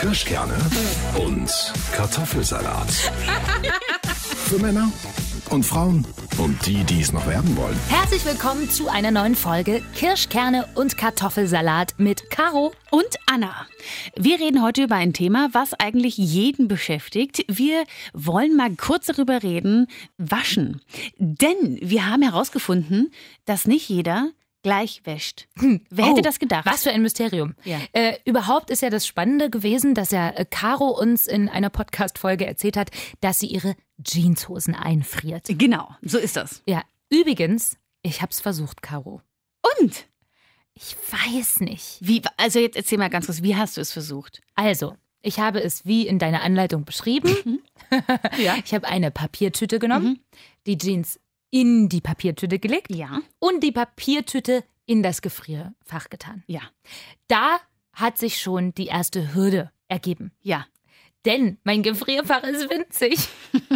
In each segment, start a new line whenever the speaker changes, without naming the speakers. Kirschkerne und Kartoffelsalat. Für Männer und Frauen und die, die es noch werden wollen.
Herzlich willkommen zu einer neuen Folge Kirschkerne und Kartoffelsalat mit Caro.
und Anna. Wir reden heute über ein Thema, was eigentlich jeden beschäftigt. Wir wollen mal kurz darüber reden, waschen. Denn wir haben herausgefunden, dass nicht jeder gleich wäscht. Wer hätte
Oh,
das gedacht?
Was für ein Mysterium.
Ja.
Äh, überhaupt ist ja das Spannende gewesen, dass ja äh, Caro uns in einer Podcast-Folge erzählt hat, dass sie ihre Jeanshosen einfriert.
Genau, so ist das.
Ja, übrigens, ich hab's versucht, Caro.
Und?
Ich weiß nicht.
Wie, also jetzt erzähl mal ganz kurz, wie hast du es versucht?
Also, ich habe es wie in deiner Anleitung beschrieben.
Ja.
Ich habe eine Papiertüte genommen, die Jeans in die Papiertüte gelegt
Ja.
und die Papiertüte in das Gefrierfach getan.
Ja.
Da hat sich schon die erste Hürde ergeben.
Ja.
Denn mein Gefrierfach ist winzig.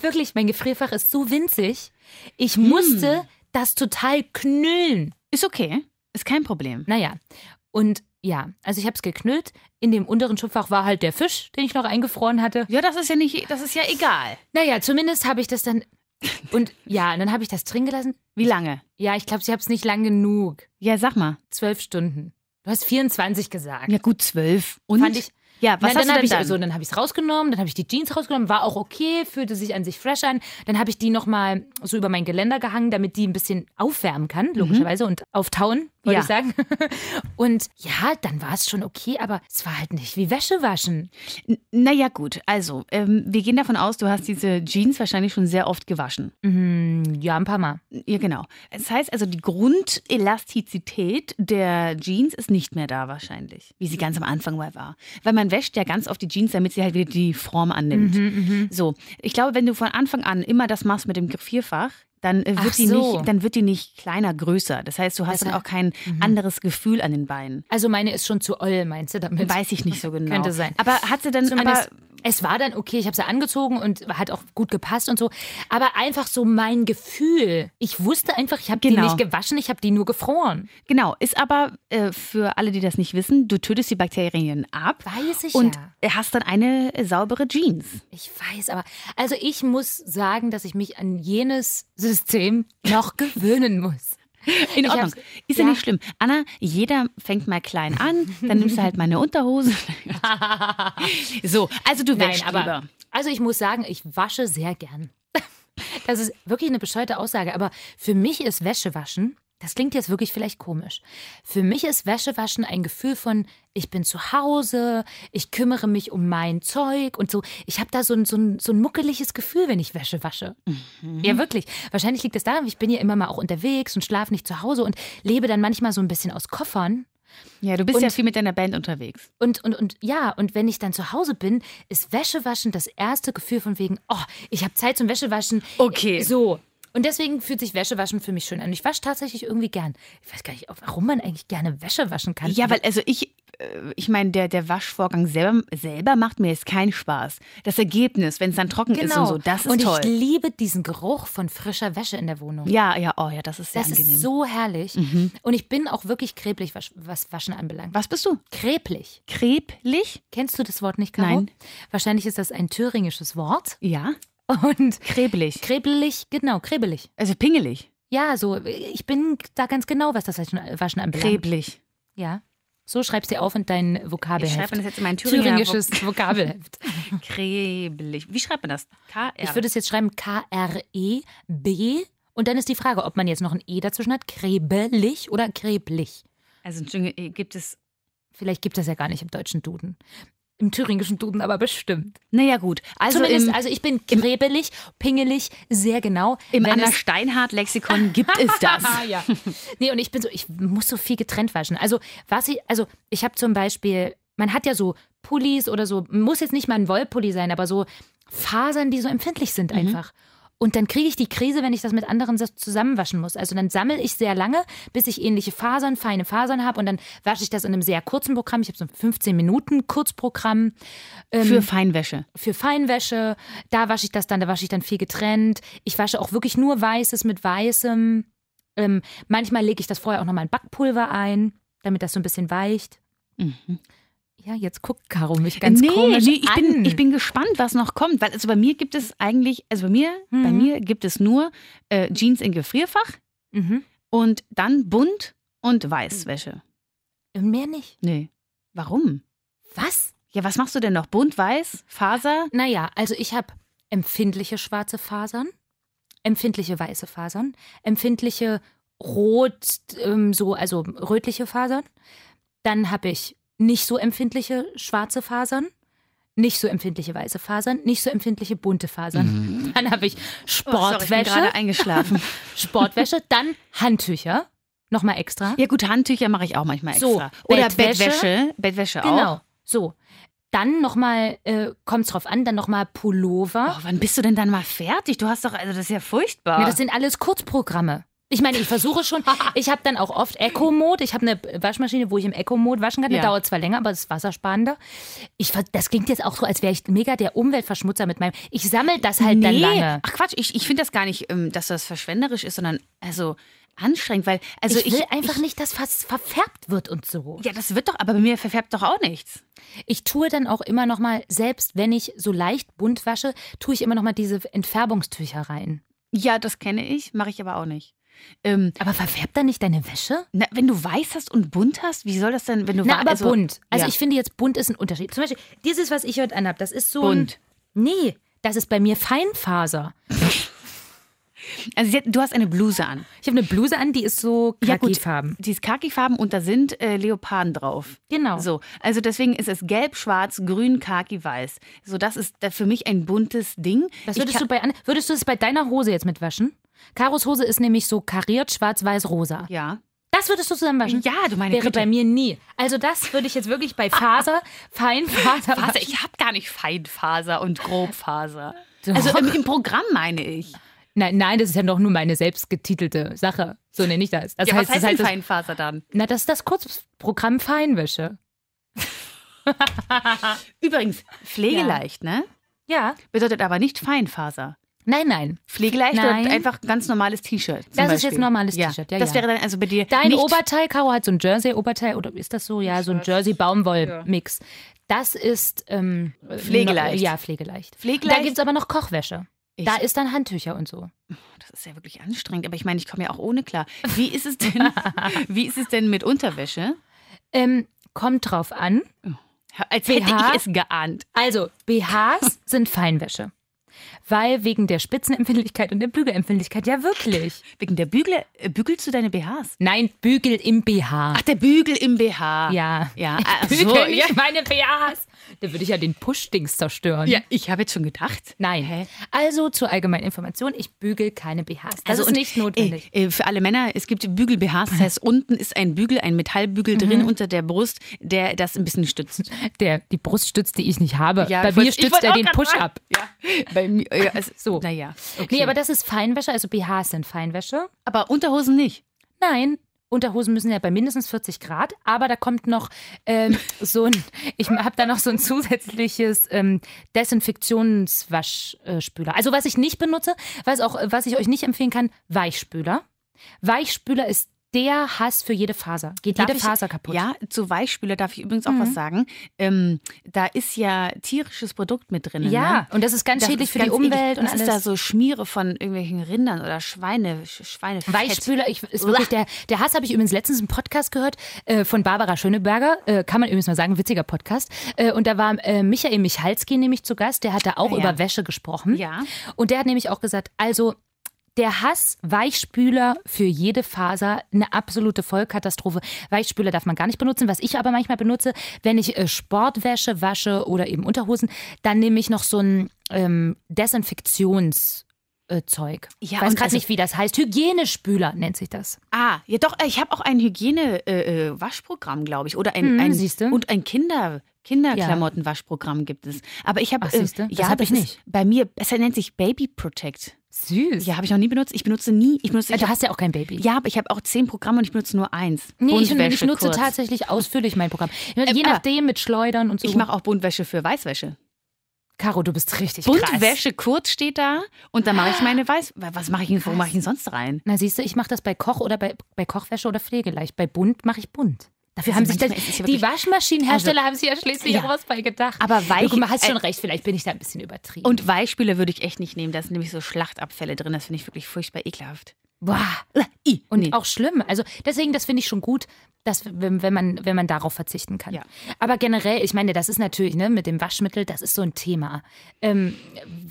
Wirklich, mein Gefrierfach ist so winzig. Ich musste das total knüllen.
Ist okay. Ist kein Problem.
Naja, und ja, also ich habe es geknüllt. In dem unteren Schubfach war halt der Fisch, den ich noch eingefroren hatte.
Ja, das ist ja nicht, das ist ja egal.
Naja, zumindest habe ich das dann. Und ja, und dann habe ich das drin gelassen.
Wie lange?
Ja, ich glaube, ich habe es nicht lang genug.
Ja, sag mal.
Zwölf Stunden. Du hast 24 gesagt.
Ja, gut, zwölf. Und?
Fand ich-
ja, was
Nein,
hast
dann
du
hab
denn
ich,
dann?
also, dann habe ich es rausgenommen, dann habe ich die Jeans rausgenommen, war auch okay, fühlte sich an sich fresh an. Dann habe ich die nochmal so über mein Geländer gehangen, damit die ein bisschen aufwärmen kann, logischerweise, und auftauen, wollte
Mhm. Ja.
ich sagen. und ja, dann war es schon okay, aber es war halt nicht wie Wäsche waschen.
N- Naja, gut. Also, ähm, wir gehen davon aus, du hast diese Jeans wahrscheinlich schon sehr oft gewaschen.
Mhm, ja, ein paar Mal.
Ja, genau. Das heißt also, die Grundelastizität der Jeans ist nicht mehr da wahrscheinlich, wie sie ganz am Anfang mal war. Weil man wäscht ja ganz oft die Jeans, damit sie halt wieder die Form annimmt.
Mhm,
So, ich glaube, wenn du von Anfang an immer das machst mit dem Vierfach, dann äh,
Ach
wird, die
so.
nicht, dann wird die nicht kleiner, größer. Das heißt, du
Das
hast
mhm.
dann
war-
auch kein anderes Gefühl an den Beinen.
Also meine ist schon zu oll, meinst du damit?
Weiß ich nicht so genau.
Könnte sein.
Aber hat sie dann
Zumindest,
aber
es war dann okay, ich habe sie angezogen und hat auch gut gepasst und so. Aber einfach so mein Gefühl. Ich wusste einfach, ich habe die
Genau.
nicht gewaschen, ich habe die nur gefroren.
Genau, ist aber äh, für alle, die das nicht wissen, du tötest die Bakterien ab
Weiß ich
und
ja.
hast dann eine äh, saubere Jeans.
Ich weiß, aber also ich muss sagen, dass ich mich an jenes System noch gewöhnen muss.
In
Ich
Ordnung.
hab's-
Ist ja.
ja.
nicht schlimm. Anna, jeder fängt mal klein an, dann nimmst du halt mal eine Unterhose. so, also du
Nein,
wäschst
aber
lieber.
also ich muss sagen, ich wasche sehr gern. Das ist wirklich eine bescheuerte Aussage, aber für mich ist Wäschewaschen, das klingt jetzt wirklich vielleicht komisch. Für mich ist Wäschewaschen ein Gefühl von ich bin zu Hause, ich kümmere mich um mein Zeug und so. Ich habe da so ein, so, ein, so ein muckeliges Gefühl, wenn ich Wäsche wasche.
Mhm.
Ja, wirklich. Wahrscheinlich liegt es daran, ich bin ja immer mal auch unterwegs und schlafe nicht zu Hause und lebe dann manchmal so ein bisschen aus Koffern.
Ja, du bist
Und-
ja viel mit deiner Band unterwegs.
Und, und, und ja, und wenn ich dann zu Hause bin, ist Wäschewaschen das erste Gefühl von wegen, oh, ich habe Zeit zum Wäschewaschen.
Okay.
So. Und deswegen fühlt sich Wäschewaschen für mich schön an. Ich wasche tatsächlich irgendwie gern. Ich weiß gar nicht, ob- warum man eigentlich gerne Wäsche waschen kann.
Ja, weil also ich, äh, ich meine, der, der Waschvorgang selber, selber macht mir jetzt keinen Spaß. Das Ergebnis, wenn es dann trocken ist Genau. und so, das ist
Genau. und
toll.
ich liebe diesen Geruch von frischer Wäsche in der Wohnung.
ja, ja, oh ja, das ist sehr
das
angenehm. Mhm.
ist so herrlich. Und ich bin auch wirklich kreblich, was, was Waschen anbelangt.
Was bist du?
Kreblich.
Kreblich?
Kennst du das Wort nicht, Caro?
Nein.
Wahrscheinlich ist das ein thüringisches Wort.
Ja.
Und
Krebelig.
krebelig, genau, krebelig.
Also pingelig.
Ja, so, ich bin da ganz genau, was das Waschen Waschen anbelangt.
Kreblich.
Ja. So schreibst du auf in dein Vokabelheft.
jetzt in meinen
Thüringisches Vokabelheft.
Kreblich. Wie schreibt man das? K
Ich würde es jetzt schreiben K-R-E-B. Und dann ist die Frage, ob man jetzt noch ein E dazwischen hat. Krebelig oder kreblich.
Also Entschuldigung, gibt es.
Vielleicht gibt das ja gar nicht im deutschen Duden. Im thüringischen Duden aber bestimmt.
Naja, gut. Also
Zumindest,
im,
also ich bin krebelig, pingelig, sehr genau.
im
Wenn
Anna
es-
Steinhardt-Lexikon gibt es das.
Ah ja. Nee, und ich bin so, ich muss so viel getrennt waschen. Also, was ich, also ich habe zum Beispiel, man hat ja so Pullis oder so, muss jetzt nicht mal ein Wollpulli sein, aber so Fasern, die so empfindlich sind
Mhm.
einfach. Und dann kriege ich die Krise, wenn ich das mit anderen so zusammenwaschen muss. Also dann sammle ich sehr lange, bis ich ähnliche Fasern, feine Fasern habe. Und dann wasche ich das in einem sehr kurzen Programm. Ich habe so ein 15-Minuten-Kurzprogramm Ähm,
Für Feinwäsche.
für Feinwäsche. Da wasche ich das dann, da wasche ich dann viel getrennt. Ich wasche auch wirklich nur Weißes mit Weißem. Ähm, manchmal lege ich das vorher auch nochmal in Backpulver ein, damit das so ein bisschen weicht. Ja, jetzt guckt Caro mich ganz
Mhm. nee,
komisch
nee, ich
an.
bin ich bin gespannt, was noch kommt, weil also bei mir gibt es eigentlich, also bei mir, bei mir gibt es nur äh, Jeans in Gefrierfach
mhm.
und dann bunt und Weißwäsche.
Und mehr nicht.
Nee. Warum?
Was?
Ja, was machst du denn noch? Bunt, weiß, Faser?
Naja, also ich habe empfindliche schwarze Fasern, empfindliche weiße Fasern, empfindliche rot, ähm, so, also rötliche Fasern. Dann habe ich nicht so empfindliche schwarze Fasern, nicht so empfindliche weiße Fasern, nicht so empfindliche bunte Fasern. Dann habe Oh, ich
Oh, sorry, ich bin
Sportwäsche,
gerade eingeschlafen.
Sportwäsche, dann Handtücher, nochmal extra.
ja, gut, Handtücher mache ich auch manchmal extra.
So,
Oder
Bettwäsche.
Bettwäsche. Bettwäsche auch.
Genau, so. Dann nochmal, äh, kommt es drauf an, dann nochmal Pullover.
Oh, wann bist du denn dann mal fertig? Du hast doch, also das ist ja furchtbar.
Ja, das sind alles Kurzprogramme. Ich meine, ich versuche schon. Ich habe dann auch oft Eco-Mode. Ich habe eine Waschmaschine, wo ich im Eco-Mode waschen kann. Die
Ja.
dauert zwar länger, aber das ist wassersparender. Ich, ver- das klingt jetzt auch so, als wäre ich mega der Umweltverschmutzer mit meinem. Ich sammle das halt dann lange.
Ach Quatsch, ich, ich finde das gar nicht, ähm, dass das verschwenderisch ist, sondern also anstrengend, weil also
ich will einfach nicht, dass was verfärbt wird und so.
Ja, das wird doch, aber bei mir verfärbt doch auch nichts.
Ich tue dann auch immer noch mal, selbst wenn ich so leicht bunt wasche, tue ich immer noch mal diese Entfärbungstücher rein.
Ja, das kenne ich, mache ich aber auch nicht. Ähm,
Aber verfärbt dann nicht deine Wäsche?
na, wenn du weiß hast und bunt hast, wie soll das denn, wenn du
Na,
wa-
aber
also,
bunt. Also
ja.
ich finde jetzt bunt ist ein Unterschied. Zum Beispiel dieses, was ich heute anhab, das ist so
Bunt.
Ein, nee, das ist bei mir Feinfaser.
also sie hat- du hast eine Bluse an.
Ich habe eine Bluse an, die ist so Kaki-Farben.
Die ist Khaki-Farben und da sind äh, Leoparden drauf.
Genau.
So, also deswegen ist es gelb, schwarz, grün, Khaki, weiß. So, das ist da für mich ein buntes Ding.
Das
Ich
würdest
kann-
du bei an- würdest du es bei deiner Hose jetzt mitwaschen? Karos Hose ist nämlich so kariert, schwarz, weiß, rosa.
ja.
Das würdest du zusammenwaschen?
Ja, du meine
Wäre
Güte.
bei mir nie. Also das würde ich jetzt wirklich bei Faser, Feinfaser
Faser,
waschen.
ich habe gar nicht Feinfaser und Grobfaser.
Doch.
Also im, im Programm meine ich.
Nein, nein, das ist ja doch nur meine selbst getitelte Sache. So nenne ich das. Das Also
Ja,
heißt,
was heißt
das
denn
heißt das,
Feinfaser dann?
na, das ist das Kurzprogramm Feinwäsche.
Übrigens, pflegeleicht, ne?
Ja.
Bedeutet aber nicht Feinfaser.
Nein, nein.
Pflegeleicht
Nein.
bedeutet einfach ganz normales T-Shirt. zum
Das ist jetzt
Beispiel.
normales T-Shirt, ja,
Das
ja.
wäre dann also bei dir
Dein
nicht
Oberteil, Caro, hat so ein Jersey-Oberteil oder ist das so? Ja, so ein Jersey-Baumwoll-Mix. Das ist ähm, no-
Pflegeleicht.
Ja, pflegeleicht.
Pflegeleicht.
Da gibt es aber noch Kochwäsche.
Ich-
Da ist dann Handtücher und so.
Das ist ja wirklich anstrengend, aber ich meine, ich komme ja auch ohne klar. Wie ist es denn, wie ist es denn mit Unterwäsche?
Ähm, kommt drauf an.
Als
BH?
hätte ich es geahnt.
Also, BHs sind Feinwäsche. Weil wegen der Spitzenempfindlichkeit und der Bügelempfindlichkeit. Ja, wirklich.
Wegen der Bügel, äh, bügelst du deine BHs?
Nein, Bügel im BH.
Ach, der Bügel im BH.
Ja.
Ah, Ja, ach
Bügel
so. Ja,
nicht meine BHs. Da würde ich ja den Push-Dings zerstören.
ja, ich habe jetzt schon gedacht.
Nein. Also zur allgemeinen Information, ich bügel keine BHs. Das ist
Also, und,
nicht notwendig.
Äh, äh, für alle Männer, es gibt Bügel-BHs. Das heißt, unten ist ein Bügel, ein Metallbügel drin unter der Brust, der das ein bisschen stützt.
Der, die Brust stützt, die ich nicht habe.
Ja,
Bei
ich
mir
wollt- ich
stützt
wollt
er
auch
den
grad
Push-Up.
Ja, bei mir. Ja, also,
So.
Naja. Okay.
Nee, aber das ist Feinwäsche, also BHs sind Feinwäsche.
aber Unterhosen nicht.
Nein, Unterhosen müssen ja bei mindestens 40 Grad, aber da kommt noch ähm, so ein, ich habe da noch so ein zusätzliches ähm, Desinfektionswaschspüler. Also was ich nicht benutze, was auch, was ich euch nicht empfehlen kann, Weichspüler. Weichspüler ist der Hass für jede Faser. Geht
Darf
jede
ich-
Faser kaputt. Mhm.
Ja, zu Weichspüler darf ich übrigens auch was sagen. Ähm, da ist ja tierisches Produkt mit drin.
Ja,
ne?
und das ist ganz
Das
schädlich
ist
für
ganz
die Umwelt
eklig.
und
das
alles.
ist da so Schmiere von irgendwelchen Rindern oder Schweine, Sch- Schweinefett.
Weichspüler, ich, ist wirklich der, der Hass habe ich übrigens letztens einen Podcast gehört äh, von Barbara Schöneberger, äh, kann man übrigens mal sagen, witziger Podcast. Äh, und da war äh, Michael Michalski nämlich zu Gast, der hat da auch
Ah, ja.
über Wäsche gesprochen.
Ja.
Und der hat nämlich auch gesagt, also der Hass Weichspüler für jede Faser eine absolute Vollkatastrophe. Weichspüler darf man gar nicht benutzen. Was ich aber manchmal benutze, wenn ich äh, Sportwäsche wasche oder eben Unterhosen, dann nehme ich noch so ein ähm, Desinfektions äh, Zeug.
Ja,
Ich weiß
und
gerade
also-
nicht, wie das heißt. Hygienespüler nennt sich das.
Ah, ja doch, ich habe auch ein äh, Hygiene-Waschprogramm, glaube ich. Oder ein,
Mhm,
ein
siehste.
und ein Kinder. Kinderklamotten-Waschprogramm gibt es. Aber ich habe. äh,
Ach, siehste, das
ja,
hab ich
ist
nicht.
Bei mir, es nennt sich Baby Protect.
Süß.
Ja, habe ich noch nie benutzt. Ich benutze nie. Ich benutze,
Äh, Du hast ja auch kein Baby.
ja, aber ich habe auch zehn Programme und ich benutze nur eins.
Nee, ich, ich
Buntwäsche
nutze
kurz. Ähm,
tatsächlich ausführlich mein Programm. Ich meine, Je
aber-
nachdem mit Schleudern und so.
Ich mache auch Buntwäsche für Weißwäsche.
Caro, du bist richtig krass.
Buntwäsche kurz steht da und dann mache
Ah.
ich meine Weiß. Was mache ich denn, wo mache ich denn sonst rein?
Na siehst du, ich mache das bei Koch oder bei, bei Kochwäsche oder Pflegeleicht. Bei bunt mache ich bunt. Dafür
Also
haben sich das,
manchmal ist es ja
die
wirklich- Also
Waschmaschinenhersteller haben sich ja schließlich
Ja.
auch was bei gedacht.
Aber weich-
du hast schon
äh,
recht, vielleicht bin ich da ein bisschen übertrieben.
Und Weichspüle würde ich echt nicht nehmen. Da sind nämlich so Schlachtabfälle drin. Das finde ich wirklich furchtbar ekelhaft.
Boah.
I.
Und
nee.
auch schlimm. Also deswegen, das finde ich schon gut, dass, wenn, wenn, man, wenn man darauf verzichten kann.
Ja.
Aber generell, ich meine, das ist natürlich ne, mit dem Waschmittel, das ist so ein Thema, ähm,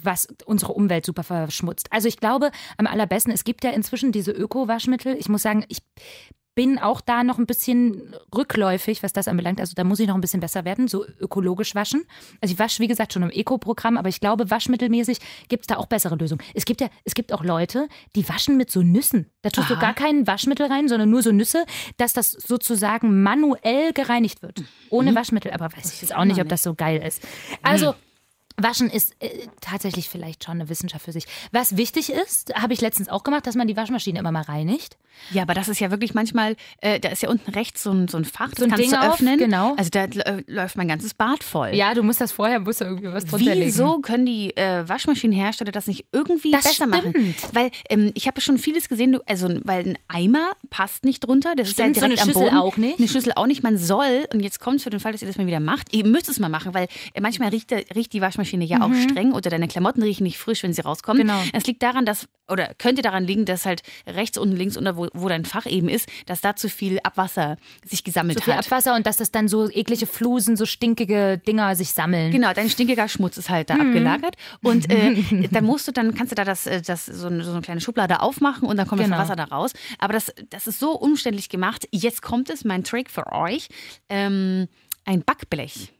was unsere Umwelt super verschmutzt. Also ich glaube, am allerbesten, es gibt ja inzwischen diese Öko-Waschmittel. Ich muss sagen, ich bin auch da noch ein bisschen rückläufig, was das anbelangt. Also da muss ich noch ein bisschen besser werden, so ökologisch waschen. Also ich wasche, wie gesagt, schon im Eco-Programm, aber ich glaube, waschmittelmäßig gibt es da auch bessere Lösungen. Es gibt ja, es gibt auch Leute, die waschen mit so Nüssen. Da tust du
Aha.
gar kein Waschmittel rein, sondern nur so Nüsse, dass das sozusagen manuell gereinigt wird. Ohne Waschmittel, aber weiß ich jetzt auch nicht, ob Mhm. das so geil ist. Also. Waschen ist äh, tatsächlich vielleicht schon eine Wissenschaft für sich. Was wichtig ist, habe ich letztens auch gemacht, dass man die Waschmaschine immer mal reinigt.
Ja, aber das ist ja wirklich manchmal, äh, da ist ja unten rechts so ein, so ein Fach, das
ein
kannst
Ding
du
auf,
öffnen.
genau.
Also da äh, läuft mein ganzes Bad voll.
Ja, du musst das vorher, musst du irgendwie was drunter legen.
Wieso können die äh, Waschmaschinenhersteller das nicht irgendwie
Das
besser machen?
stimmt.
Weil ähm, ich habe schon vieles gesehen, du, also weil ein Eimer passt nicht drunter, das
Stimmt,
ist
so
ja
eine
direkt am
Schüssel
Boden.
auch nicht.
Eine Schüssel auch nicht. Man soll und jetzt kommt es für den Fall, dass ihr das mal wieder macht. Ihr müsst es mal machen, weil äh, manchmal riecht, der- riecht die Waschmaschine ja auch streng oder deine Klamotten riechen nicht frisch, wenn sie rauskommen.
Mhm. Genau.
Es liegt daran, dass oder könnte daran liegen, dass halt rechts unten links unter wo, wo dein Fach eben ist, dass da zu viel Abwasser sich gesammelt
so viel
hat.
Abwasser und dass das dann so eklige Flusen, so stinkige Dinger sich sammeln.
Genau, dein stinkiger Schmutz ist halt da abgelagert. Und äh, dann musst du, dann kannst du da das, äh, das so, eine, so eine kleine Schublade aufmachen und dann kommt
Genau.
das Wasser da raus. Aber das, das ist so umständlich gemacht. Jetzt kommt es, mein Trick für euch. Ähm, ein Backblech.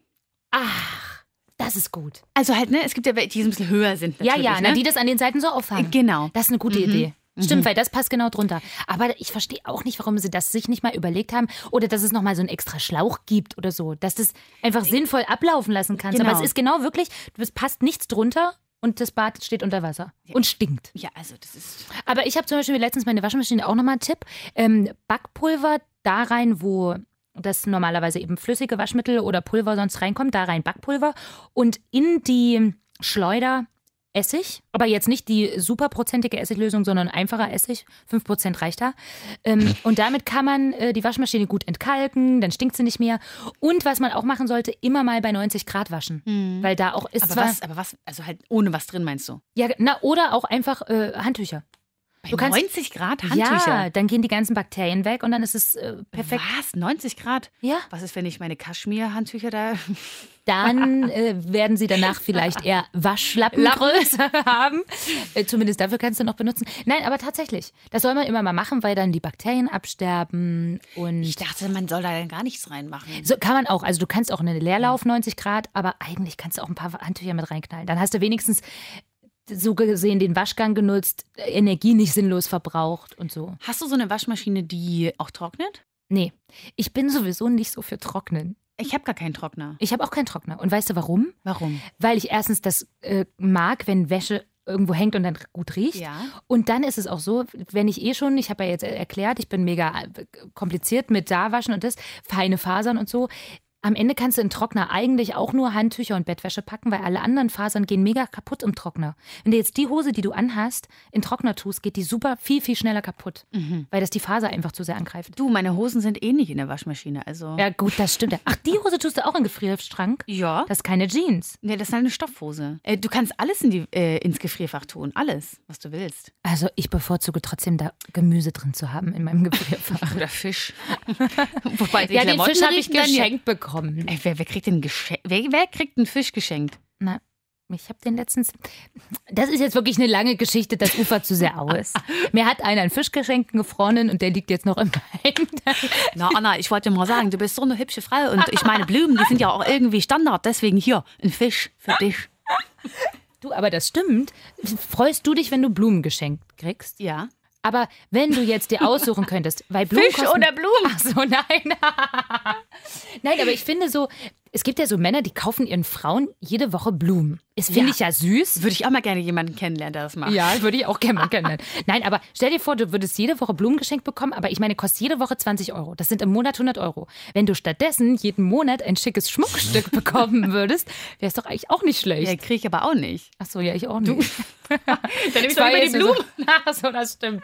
Das ist gut.
Also halt, ne, es gibt ja welche, die so ein bisschen höher sind.
Ja,
Natürlich,
ja,
ne?
na, die das an den Seiten so auffangen.
Genau. Mhm.
Das ist eine gute Idee. Stimmt, weil das passt genau drunter. Aber ich verstehe auch nicht, warum sie das sich nicht mal überlegt haben oder dass es nochmal so einen extra Schlauch gibt oder so, dass das einfach sinnvoll ablaufen lassen kannst.
Genau.
Aber es ist genau wirklich, es passt nichts drunter und das Bad steht unter Wasser und stinkt.
ja, also das ist.
Aber ich habe zum Beispiel letztens meine Waschmaschine auch nochmal einen Tipp. Ähm, Backpulver da rein, wo das normalerweise eben flüssige Waschmittel oder Pulver sonst reinkommt, da rein Backpulver und in die Schleuder Essig, aber jetzt nicht die superprozentige Essiglösung, sondern einfacher Essig, 5% reicht da. Ähm, und damit kann man äh, die Waschmaschine gut entkalken, dann stinkt sie nicht mehr. Und was man auch machen sollte, immer mal bei 90 Grad waschen, weil da auch ist
Hm. Aber
zwar,
was, aber was, also halt ohne was drin meinst du?
ja, na, oder auch einfach äh, Handtücher.
Bei
Du kannst-
90 Grad Handtücher.
Ja, dann gehen die ganzen Bakterien weg und dann ist es äh, perfekt.
Was? 90 Grad?
Ja,
Was ist, wenn ich meine Kaschmir-Handtücher da
dann äh, werden sie danach vielleicht eher Waschlappengröße haben. Äh, zumindest dafür kannst du noch benutzen. Nein, aber tatsächlich, das soll man immer mal machen, weil dann die Bakterien absterben
Ich
und
dachte, man soll da gar nichts reinmachen.
so kann man auch. Also du kannst auch einen Leerlauf 90 Grad, aber eigentlich kannst du auch ein paar Handtücher mit reinknallen. Dann hast du wenigstens so gesehen den Waschgang genutzt, Energie nicht sinnlos verbraucht und so.
Hast du so eine Waschmaschine, die auch trocknet?
Nee, ich bin sowieso nicht so für Trocknen.
Ich habe gar keinen Trockner.
Ich habe auch keinen Trockner. Und weißt du warum?
Warum?
Weil ich erstens das äh, mag, wenn Wäsche irgendwo hängt und dann gut riecht.
Ja.
Und dann ist es auch so, wenn ich eh schon, ich habe ja jetzt erklärt, ich bin mega äh, kompliziert mit Darwaschen und das, feine Fasern und so. Am Ende kannst du in Trockner eigentlich auch nur Handtücher und Bettwäsche packen, weil alle anderen Fasern gehen mega kaputt im Trockner. Wenn du jetzt die Hose, die du anhast, in Trockner tust, geht die super viel, viel schneller kaputt,
Mhm.
weil das die Faser einfach zu sehr angreift.
Du, meine Hosen sind eh nicht in der Waschmaschine, also.
Ja, gut, das stimmt. ja. Ach, die Hose tust du auch in den Gefrierschrank?
Ja.
Das ist keine Jeans.
Nee, das ist halt eine Stoffhose. Äh, du kannst alles in die, äh, ins Gefrierfach tun. Alles, was du willst.
Also ich bevorzuge trotzdem da Gemüse drin zu haben in meinem Gefrierfach.
Oder Fisch. Wobei, die
ja, den
Klamotten
Fisch habe ich
riechen dann ja-
geschenkt bekommen.
Ey, wer, wer kriegt denn Geschenk? Wer, wer kriegt einen Fisch geschenkt?
Na, ich habe den letztens. Das ist jetzt wirklich eine lange Geschichte, das ufert zu sehr aus. Mir hat einer einen Fisch geschenkt, einen gefrorenen, und der liegt jetzt noch im Wein.
Na, Anna, ich wollte mal sagen, du bist so eine hübsche Frau und ich meine, Blumen, die sind ja auch irgendwie Standard. Deswegen hier, ein Fisch für dich.
Du, aber das stimmt. Freust du dich, wenn du Blumen geschenkt kriegst?
Ja.
Aber wenn du jetzt dir aussuchen könntest, weil Blumen
Fisch
kosten,
oder Blumen?
Ach so, nein. nein, aber ich finde so, es gibt ja so Männer, die kaufen ihren Frauen jede Woche Blumen. Das finde
Ja.
ich ja süß.
Würde ich auch mal gerne jemanden kennenlernen, der das macht.
Ja, würde ich auch gerne mal kennenlernen. Nein, aber stell dir vor, du würdest jede Woche Blumen geschenkt bekommen, aber ich meine, kostet jede Woche 20 Euro. Das sind im Monat 100 Euro. Wenn du stattdessen jeden Monat ein schickes Schmuckstück bekommen würdest, wäre es doch eigentlich auch nicht schlecht.
Ja, kriege ich aber auch nicht.
Ach so, ja, ich auch nicht.
Dann nehme
Ich war jetzt nur So, Ach so, das stimmt.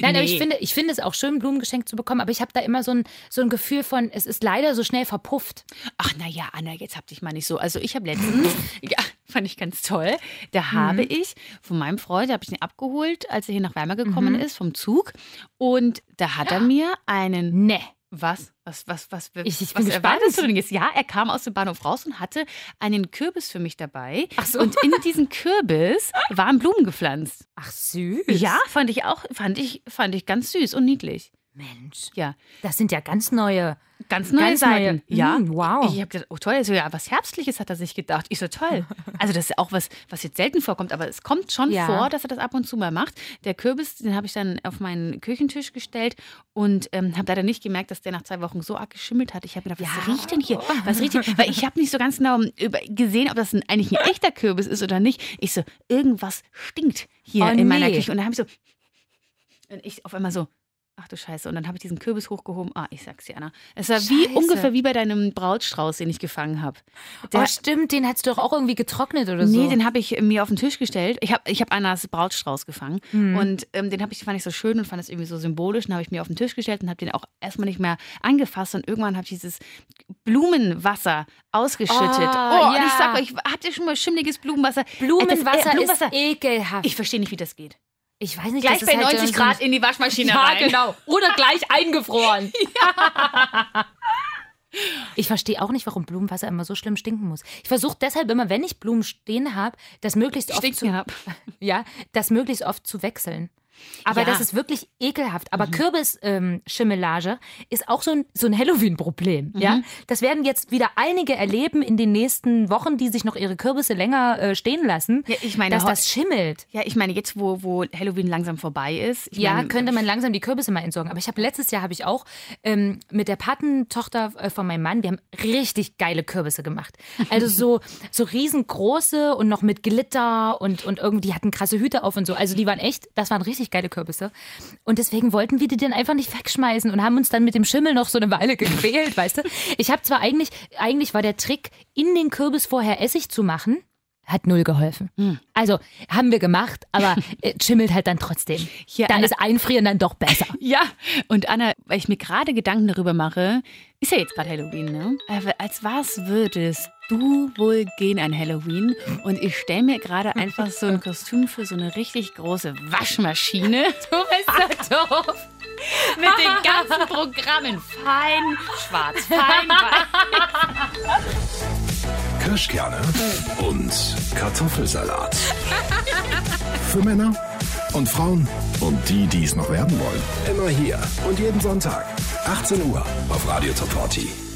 Nein, aber ich
Nee.
finde, ich finde es auch schön, Blumen geschenkt zu bekommen, aber ich habe da immer so ein, so ein Gefühl von, es ist leider so schnell verpufft.
Ach naja, Anna, jetzt hab dich mal nicht so. Also ich habe letztens, ja, fand ich ganz toll, da habe ich von meinem Freund, da habe ich ihn abgeholt, als er hier nach Weimar gekommen ist, vom Zug. Und da hat er mir einen,
Ne.
was, was, was, was,
Ich- ich
was
bin
erwartest du denn jetzt? Ja, er kam aus dem Bahnhof raus und hatte einen Kürbis für mich dabei.
Ach so.
Und in diesen Kürbis waren Blumen gepflanzt.
Ach süß.
Ja, fand ich auch, fand ich, fand ich ganz süß und niedlich.
Mensch,
Ja,
das sind ja ganz neue.
ganz neue
Ganz neue.
Seiten. Ja,
Mm, wow.
Ich habe gedacht, oh toll, also, ja, was Herbstliches hat er sich gedacht. Ich so toll. Also das ist auch was, was jetzt selten vorkommt, aber es kommt schon
Ja.
vor, dass er das ab und zu mal macht. Der Kürbis, den habe ich dann auf meinen Küchentisch gestellt und ähm, habe leider nicht gemerkt, dass der nach zwei Wochen so arg geschimmelt hat. Ich habe mir gedacht, was
Ja.
riecht denn hier? Was riecht denn? Weil ich habe nicht so ganz genau über, gesehen, ob das ein, eigentlich ein echter Kürbis ist oder nicht. Ich so, irgendwas stinkt hier
Oh,
in meiner
nee.
Küche. Und dann habe ich so, und ich auf einmal so, ach du Scheiße. Und dann habe ich diesen Kürbis hochgehoben. Ah, ich sag's dir, Anna. Es war wie
Scheiße.
ungefähr wie bei deinem Brautstrauß, den ich gefangen habe.
oh, stimmt, den hast du doch auch irgendwie getrocknet oder so.
Nee, den habe ich äh, mir auf den Tisch gestellt. Ich habe ich hab Annas Brautstrauß gefangen. Und ähm, den hab ich, fand ich so schön und fand es irgendwie so symbolisch. Den habe ich mir auf den Tisch gestellt und habe den auch erstmal nicht mehr angefasst. Und irgendwann habe ich dieses Blumenwasser ausgeschüttet.
Oh,
Oh, und
ja.
ich sag euch, habt ihr schon mal schimmeliges Blumenwasser? Äh, das-
Blumenwasser,
äh, Blumenwasser.
ist ekelhaft.
Ich verstehe nicht, wie das geht.
Ich weiß nicht,
Gleich
das ist
bei
halt
90
so-
Grad in die Waschmaschine
Ja,
rein.
genau. Oder gleich eingefroren. Ich verstehe auch nicht, warum Blumenwasser immer so schlimm stinken muss. Ich versuche deshalb immer, wenn ich Blumen stehen habe, das möglichst oft
Stinken
zu,
hab.
ja, das möglichst oft zu wechseln. Aber
Ja. Mhm.
das ist wirklich ekelhaft. Aber Kürbisschimmelage ähm, ist auch so ein, so ein Halloween-Problem.
Mhm.
Ja? Das werden jetzt wieder einige erleben in den nächsten Wochen, die sich noch ihre Kürbisse länger äh, stehen lassen,
Ja, ich meine,
dass
heu-
das schimmelt.
Ja, ich meine, jetzt wo, wo Halloween langsam vorbei ist. Ich
Ja,
meine,
könnte man langsam die Kürbisse mal entsorgen. Aber ich habe letztes Jahr habe ich auch ähm, mit der Patentochter äh, von meinem Mann, wir haben richtig geile Kürbisse gemacht. Also so, so riesengroße und noch mit Glitter und, und irgendwie die hatten krasse Hüte auf und so. Also die waren echt, das waren richtig geile Kürbisse. Und deswegen wollten wir die dann einfach nicht wegschmeißen und haben uns dann mit dem Schimmel noch so eine Weile gequält, weißt du? Ich habe zwar eigentlich, eigentlich war der Trick, in den Kürbis vorher Essig zu machen. Hat null geholfen.
Hm.
Also haben wir gemacht, aber äh, schimmelt halt dann trotzdem.
Hier,
da
Anna-
ist Einfrieren dann doch besser.
Ja, und Anna, weil ich mir gerade Gedanken darüber mache, ist ja jetzt gerade Halloween, ne? Aber Als was würdest du wohl gehen an Halloween? Und ich stelle mir gerade einfach so ein Kostüm für so eine richtig große Waschmaschine
Du bist so doof.
mit den ganzen Programmen. Fein, schwarz, fein, weiß.
Kirschkerne und Kartoffelsalat. Für Männer und Frauen und die, die es noch werden wollen. Immer hier und jeden Sonntag, 18 Uhr auf Radio Toporti.